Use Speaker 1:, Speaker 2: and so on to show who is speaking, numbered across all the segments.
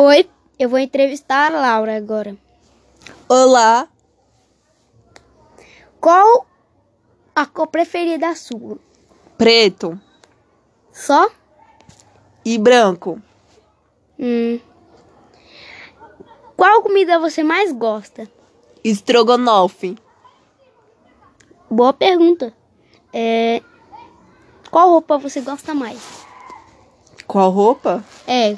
Speaker 1: Oi, eu vou entrevistar a Laura agora.
Speaker 2: Olá,
Speaker 1: Qual a cor preferida sua?
Speaker 2: preto
Speaker 1: Só?
Speaker 2: e branco.
Speaker 1: Hum. Qual comida você mais gosta?
Speaker 2: Estrogonofe,
Speaker 1: Boa pergunta. É, Qual roupa você gosta mais?
Speaker 2: qual roupa?
Speaker 1: É,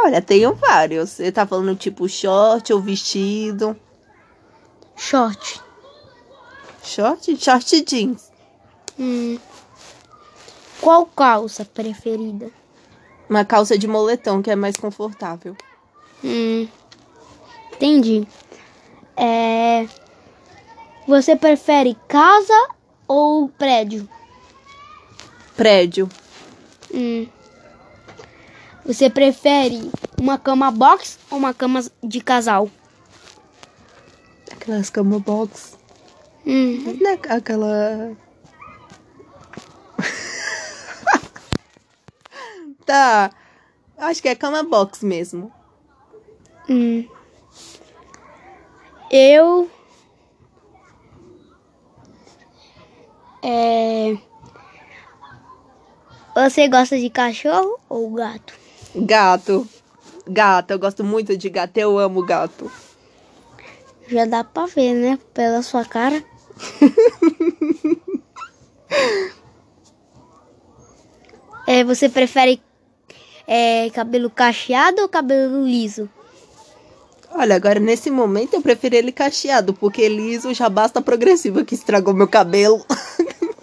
Speaker 2: Olha, tenho vários. Você tá falando tipo short ou vestido?
Speaker 1: short.
Speaker 2: Short? Short jeans.
Speaker 1: Hum. Qual calça preferida?
Speaker 2: Uma calça de moletom que é mais confortável.
Speaker 1: Hum. Entendi. É, Você prefere casa ou prédio?
Speaker 2: Prédio,
Speaker 1: Hum. Você prefere uma cama box ou uma cama de casal?
Speaker 2: aquelas cama box.
Speaker 1: Hum.
Speaker 2: Não é aquela. tá. Acho que é cama box mesmo.
Speaker 1: Hum. Eu. É. Você gosta de cachorro ou gato?
Speaker 2: Gato. Gato, eu gosto muito de gato. Eu amo gato.
Speaker 1: Já dá pra ver, né? Pela sua cara. é, você prefere é, cabelo cacheado ou cabelo liso?
Speaker 2: Olha, agora nesse momento eu prefiro ele cacheado, porque liso já basta a progressiva que estragou meu cabelo.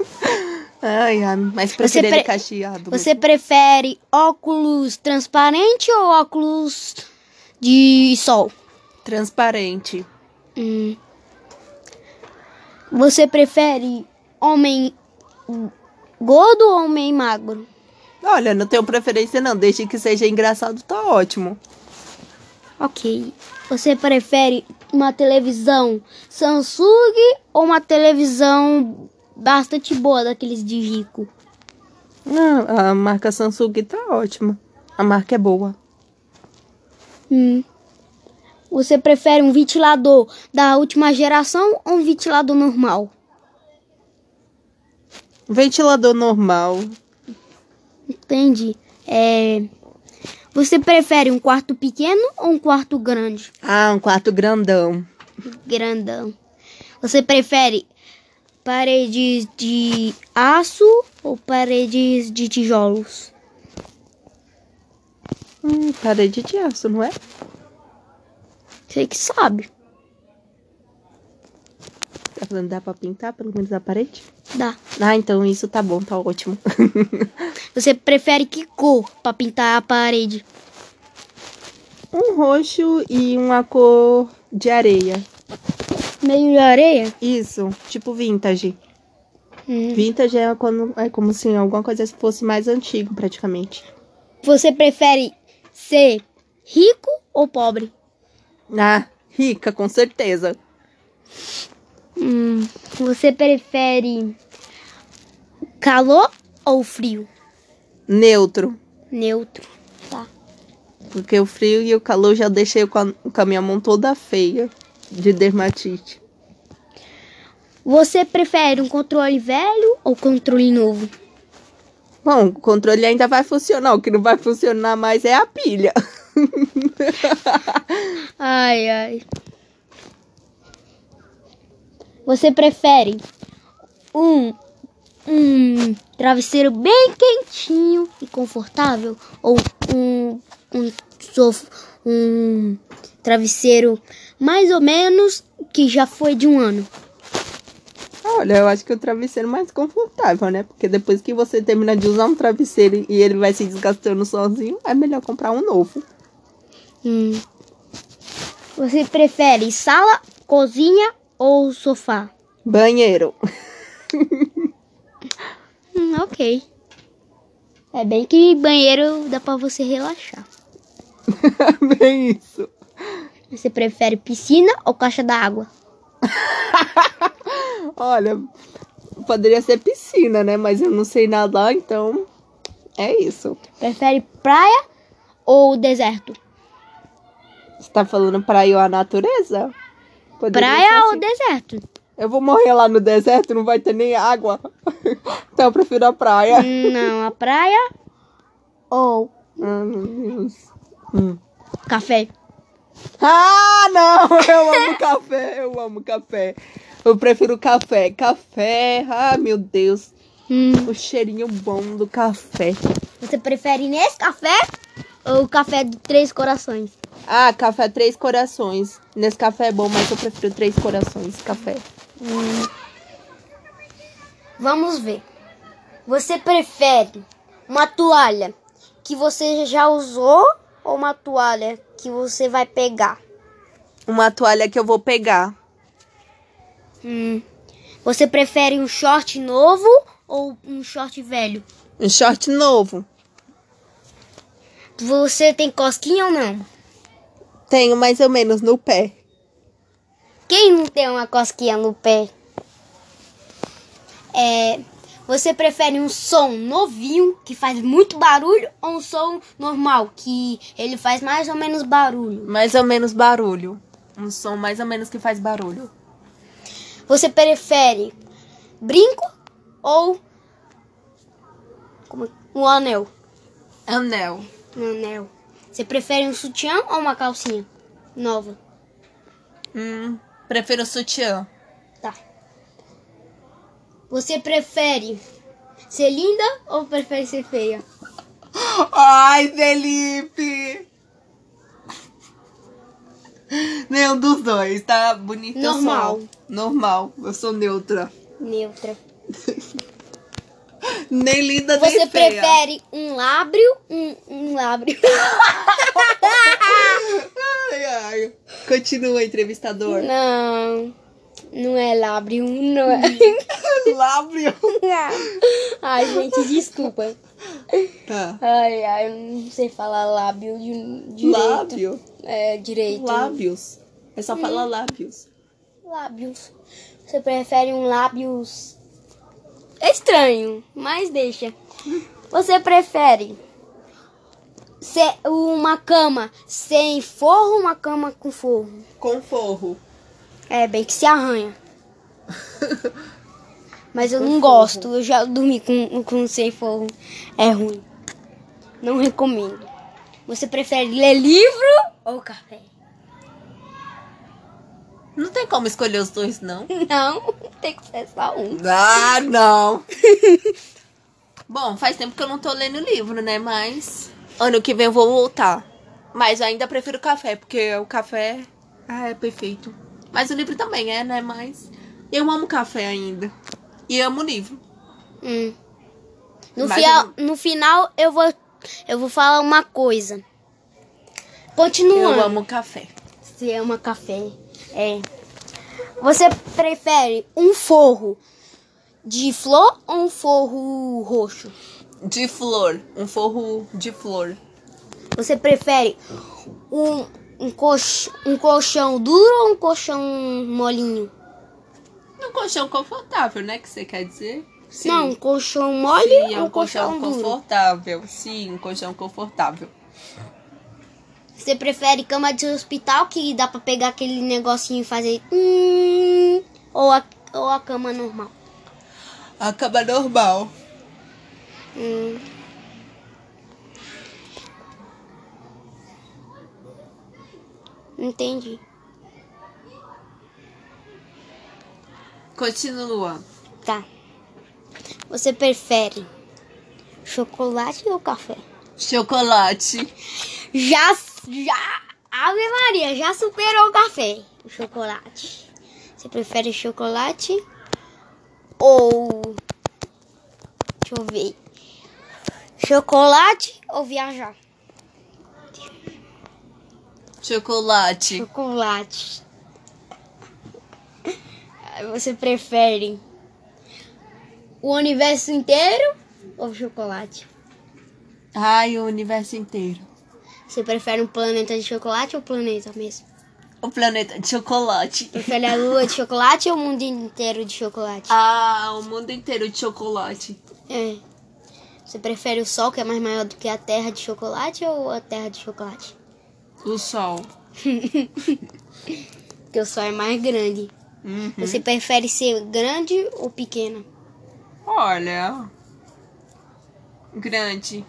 Speaker 2: ai, ai, mas prefiro
Speaker 1: pre-
Speaker 2: ele cacheado.
Speaker 1: Você prefere óculos transparente ou óculos de sol?
Speaker 2: Transparente.
Speaker 1: Hum. Você prefere homem gordo ou homem magro?
Speaker 2: Olha, não tenho preferência não, desde que seja engraçado tá ótimo.
Speaker 1: Ok. Você prefere uma televisão Samsung ou uma televisão bastante boa daqueles de rico?
Speaker 2: Ah, a marca Samsung tá ótima. A marca é boa.
Speaker 1: Hum. Você prefere um ventilador da última geração ou um ventilador normal?
Speaker 2: Ventilador normal.
Speaker 1: Entendi. É... Você prefere um quarto pequeno ou um quarto grande?
Speaker 2: Ah, um quarto grandão.
Speaker 1: Grandão. Você prefere paredes de aço ou paredes de tijolos?
Speaker 2: Hum, parede de aço, não é?
Speaker 1: Você que sabe.
Speaker 2: Tá falando dá pra pintar pelo menos a parede?
Speaker 1: Dá.
Speaker 2: Ah, então isso tá bom, tá ótimo.
Speaker 1: Você prefere que cor pra pintar a parede?
Speaker 2: Um roxo e uma cor de areia.
Speaker 1: Meio de areia?
Speaker 2: Isso, tipo vintage.
Speaker 1: Hum.
Speaker 2: Vintage é, quando, é como se alguma coisa fosse mais antigo, praticamente.
Speaker 1: Você prefere ser rico ou pobre?
Speaker 2: Ah, rica, com certeza.
Speaker 1: Hum. Você prefere calor ou frio?
Speaker 2: Neutro.
Speaker 1: Neutro. Tá.
Speaker 2: Porque o frio e o calor já deixei com a, com a minha mão toda feia de dermatite.
Speaker 1: Você prefere um controle velho ou controle novo?
Speaker 2: Bom, o controle ainda vai funcionar. O que não vai funcionar mais é a pilha.
Speaker 1: Ai, ai. Você prefere um, um travesseiro bem quentinho e confortável ou um, um, sof- um travesseiro mais ou menos que já foi de um ano?
Speaker 2: Olha, eu acho que o travesseiro é mais confortável, né? Porque depois que você termina de usar um travesseiro e ele vai se desgastando sozinho, é melhor comprar um novo.
Speaker 1: Hum. Você prefere sala, cozinha ou sofá?
Speaker 2: Banheiro.
Speaker 1: Hum, ok. É bem que banheiro dá pra você relaxar.
Speaker 2: É Bem isso.
Speaker 1: Você prefere piscina ou caixa d'água?
Speaker 2: Olha, poderia ser piscina, né? Mas eu não sei nadar, então é isso.
Speaker 1: Prefere praia ou deserto?
Speaker 2: Você tá falando praia ou a natureza? Poderia ser
Speaker 1: Praia
Speaker 2: assim.
Speaker 1: ou deserto?
Speaker 2: Eu vou morrer lá no deserto, não vai ter nem água. então eu prefiro a praia.
Speaker 1: Não, a praia ou
Speaker 2: Ah, meu Deus. Hum.
Speaker 1: café.
Speaker 2: Ah, não! Eu amo café, eu amo café. Eu prefiro café. Café, ah, meu Deus.
Speaker 1: Hum,
Speaker 2: O cheirinho bom do café.
Speaker 1: você prefere nesse café ou o café do Três Corações?
Speaker 2: Ah, café três corações. Nesse café é bom, mas eu prefiro três corações. Café.
Speaker 1: Vamos ver. Você prefere uma toalha que você já usou ou uma toalha que você vai pegar?
Speaker 2: Uma toalha que eu vou pegar.
Speaker 1: Hum. Você prefere um short novo ou um short velho?
Speaker 2: Um short novo.
Speaker 1: Você tem cosquinha ou não?
Speaker 2: Tenho mais ou menos no pé.
Speaker 1: Quem não tem uma cosquinha no pé? É, você prefere um som novinho que faz muito barulho ou um som normal que ele faz mais ou menos barulho?
Speaker 2: Mais ou menos barulho. Um som mais ou menos que faz barulho.
Speaker 1: Você prefere brinco ou como, um anel?
Speaker 2: Anel.
Speaker 1: Um anel. Você prefere um sutiã ou uma calcinha nova?
Speaker 2: Hum, prefiro sutiã.
Speaker 1: Tá. Você prefere ser linda ou prefere ser feia?
Speaker 2: Ai, Felipe! Nenhum dos dois, tá? Bonita eu sou.
Speaker 1: Normal.
Speaker 2: Normal, eu sou neutra.
Speaker 1: Neutra.
Speaker 2: Nem linda, nem
Speaker 1: Você
Speaker 2: feia.
Speaker 1: prefere um lábrio? Um, um lábrio.
Speaker 2: Ai, ai. Continua, entrevistador.
Speaker 1: Não. Não é lábrio, não é.
Speaker 2: Lábrio.
Speaker 1: ai, gente, desculpa.
Speaker 2: Tá.
Speaker 1: Ai, ai, eu não sei falar lábio de- direito.
Speaker 2: Lábio.
Speaker 1: É, direito.
Speaker 2: Lábios. É só
Speaker 1: Hum.
Speaker 2: falar lábios.
Speaker 1: Lábios. Você prefere um lábios. É estranho, mas deixa. Você prefere ser uma cama sem forro ou uma cama com forro?
Speaker 2: Com forro.
Speaker 1: É, bem que se arranha. Mas eu não gosto, eu já dormi com, com sem forro. É ruim. Não recomendo. Você prefere ler livro ou café?
Speaker 2: Não tem como escolher os dois, não.
Speaker 1: Não, tem que ser só um.
Speaker 2: Ah, não. Bom, faz tempo que eu não tô lendo livro, né? Mas ano que vem eu vou voltar. Mas eu ainda prefiro café, porque o café ah, é perfeito. Mas o livro também é, né? Mas eu amo café ainda. E amo livro.
Speaker 1: Hum. No,
Speaker 2: Mas
Speaker 1: fia-
Speaker 2: eu
Speaker 1: no final eu vou eu vou falar uma coisa.
Speaker 2: Eu
Speaker 1: Continuando.
Speaker 2: amo café.
Speaker 1: Você ama café. É. Você prefere um forro de flor ou um forro roxo?
Speaker 2: De flor. Um forro de flor.
Speaker 1: Você prefere um, um, colch- um colchão duro ou um colchão molinho?
Speaker 2: Um colchão confortável, né? Que você quer dizer? Sim.
Speaker 1: Não, um colchão mole
Speaker 2: Sim, é
Speaker 1: ou
Speaker 2: um colchão
Speaker 1: duro?
Speaker 2: confortável. Sim, um colchão confortável.
Speaker 1: Você prefere cama de hospital que dá pra pegar aquele negocinho e fazer. hum, ou, a, ou a cama normal?
Speaker 2: A cama normal.
Speaker 1: Hum. Entendi.
Speaker 2: Continua.
Speaker 1: Tá. Você prefere chocolate ou café?
Speaker 2: Chocolate.
Speaker 1: Já. Já. Ave Maria, já superou o café. O chocolate. Você prefere chocolate ou. Deixa eu ver. Chocolate ou viajar?
Speaker 2: Chocolate.
Speaker 1: Chocolate. Aí Você prefere o universo inteiro ou chocolate?
Speaker 2: Ai, o universo inteiro.
Speaker 1: Você prefere um planeta de chocolate ou um planeta mesmo?
Speaker 2: O planeta de chocolate.
Speaker 1: Prefere a lua de chocolate ou o mundo inteiro de chocolate?
Speaker 2: Ah, o mundo inteiro de chocolate.
Speaker 1: É. Você prefere o sol, que é mais maior do que a terra de chocolate, ou a terra de chocolate?
Speaker 2: O sol.
Speaker 1: Porque o sol é mais grande.
Speaker 2: Uhum.
Speaker 1: Você prefere ser grande ou pequena?
Speaker 2: Olha. Grande.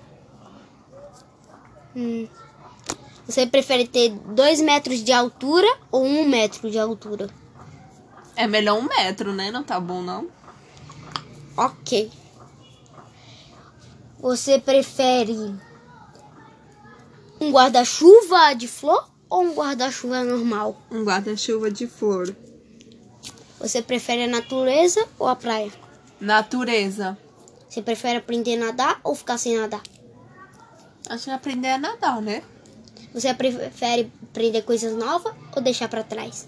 Speaker 1: Hum. Você prefere ter 2 metros de altura ou 1 um metro de altura?
Speaker 2: É melhor um metro, né? Não tá bom, não.
Speaker 1: Ok. Você prefere um guarda-chuva de flor ou um guarda-chuva normal?
Speaker 2: Um guarda-chuva de flor.
Speaker 1: Você prefere a natureza ou a praia?
Speaker 2: Natureza.
Speaker 1: Você prefere aprender a nadar ou ficar sem nadar?
Speaker 2: Acho que aprender a nadar, né?
Speaker 1: Você prefere aprender coisas novas ou deixar pra trás?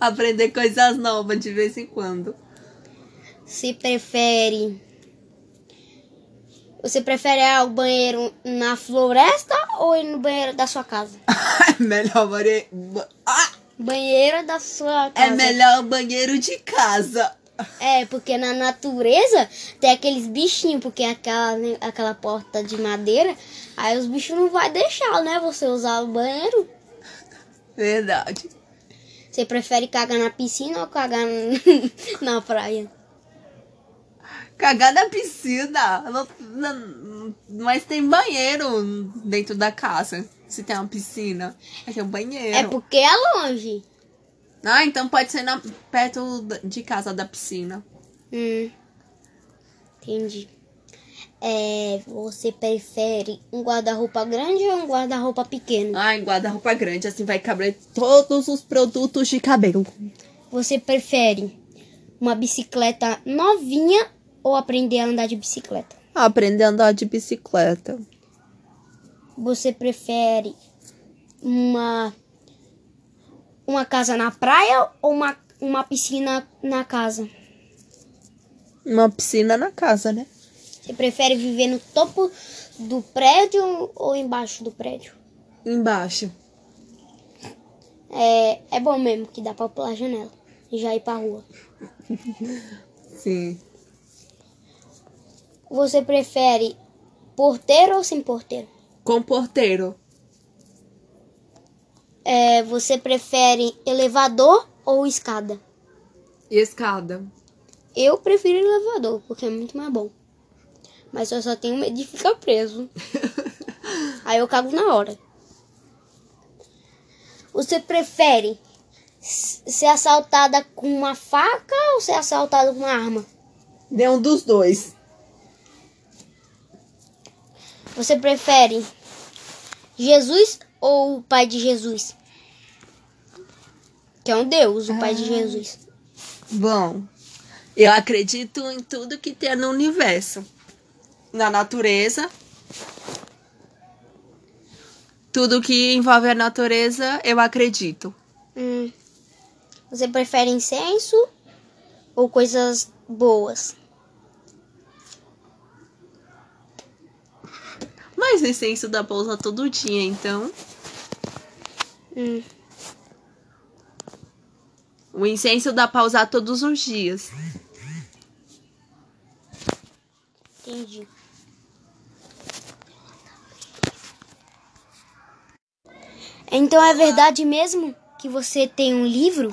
Speaker 2: aprender coisas novas de vez em quando.
Speaker 1: Você prefere. Você prefere ir ao banheiro na floresta ou ir no banheiro da sua casa?
Speaker 2: é melhor banheiro. Ah!
Speaker 1: Banheiro da sua
Speaker 2: É
Speaker 1: casa.
Speaker 2: melhor banheiro de casa.
Speaker 1: É, porque na natureza tem aqueles bichinhos, porque aquela, né, aquela porta de madeira, aí os bichos não vai deixar, né? Você usar o banheiro.
Speaker 2: Verdade.
Speaker 1: Você prefere cagar na piscina ou cagar na praia?
Speaker 2: Cagar na piscina. Não- não- mas tem banheiro dentro da casa. Se tem uma piscina. Aí tem um banheiro.
Speaker 1: É porque é longe.
Speaker 2: Ah, então pode ser na- perto de casa da piscina.
Speaker 1: Hum. Entendi. É, você prefere um guarda-roupa grande ou um guarda-roupa pequeno?
Speaker 2: Ai, guarda-roupa grande, assim vai caber todos os produtos de cabelo.
Speaker 1: Você prefere uma bicicleta novinha ou aprender a andar de bicicleta?
Speaker 2: Aprender a andar de bicicleta.
Speaker 1: Você prefere uma uma casa na praia ou uma, uma piscina na casa?
Speaker 2: Uma piscina na casa, né?
Speaker 1: Você prefere viver no topo do prédio ou embaixo do prédio?
Speaker 2: Embaixo.
Speaker 1: É, é bom mesmo que dá pra pular a janela e já ir pra rua.
Speaker 2: Sim.
Speaker 1: Você prefere porteiro ou sem porteiro?
Speaker 2: Com porteiro.
Speaker 1: É, você prefere elevador ou escada?
Speaker 2: E escada.
Speaker 1: Eu prefiro elevador, porque é muito mais bom. Mas eu só tenho medo de ficar preso. Aí eu cago na hora. Você prefere s- ser assaltada com uma faca ou ser assaltada com uma arma?
Speaker 2: Nenhum um dos dois.
Speaker 1: Você prefere Jesus ou o pai de Jesus? Que é um Deus, o pai de Jesus.
Speaker 2: Bom, eu acredito em tudo que tem no universo. Na natureza. Tudo que envolve a natureza, eu acredito.
Speaker 1: Hum. Você prefere incenso ou coisas boas?
Speaker 2: Mas incenso da bolsa todo dia, então.
Speaker 1: Hum.
Speaker 2: O incenso dá pra usar todos os dias.
Speaker 1: Entendi. Então é verdade mesmo que você tem um livro?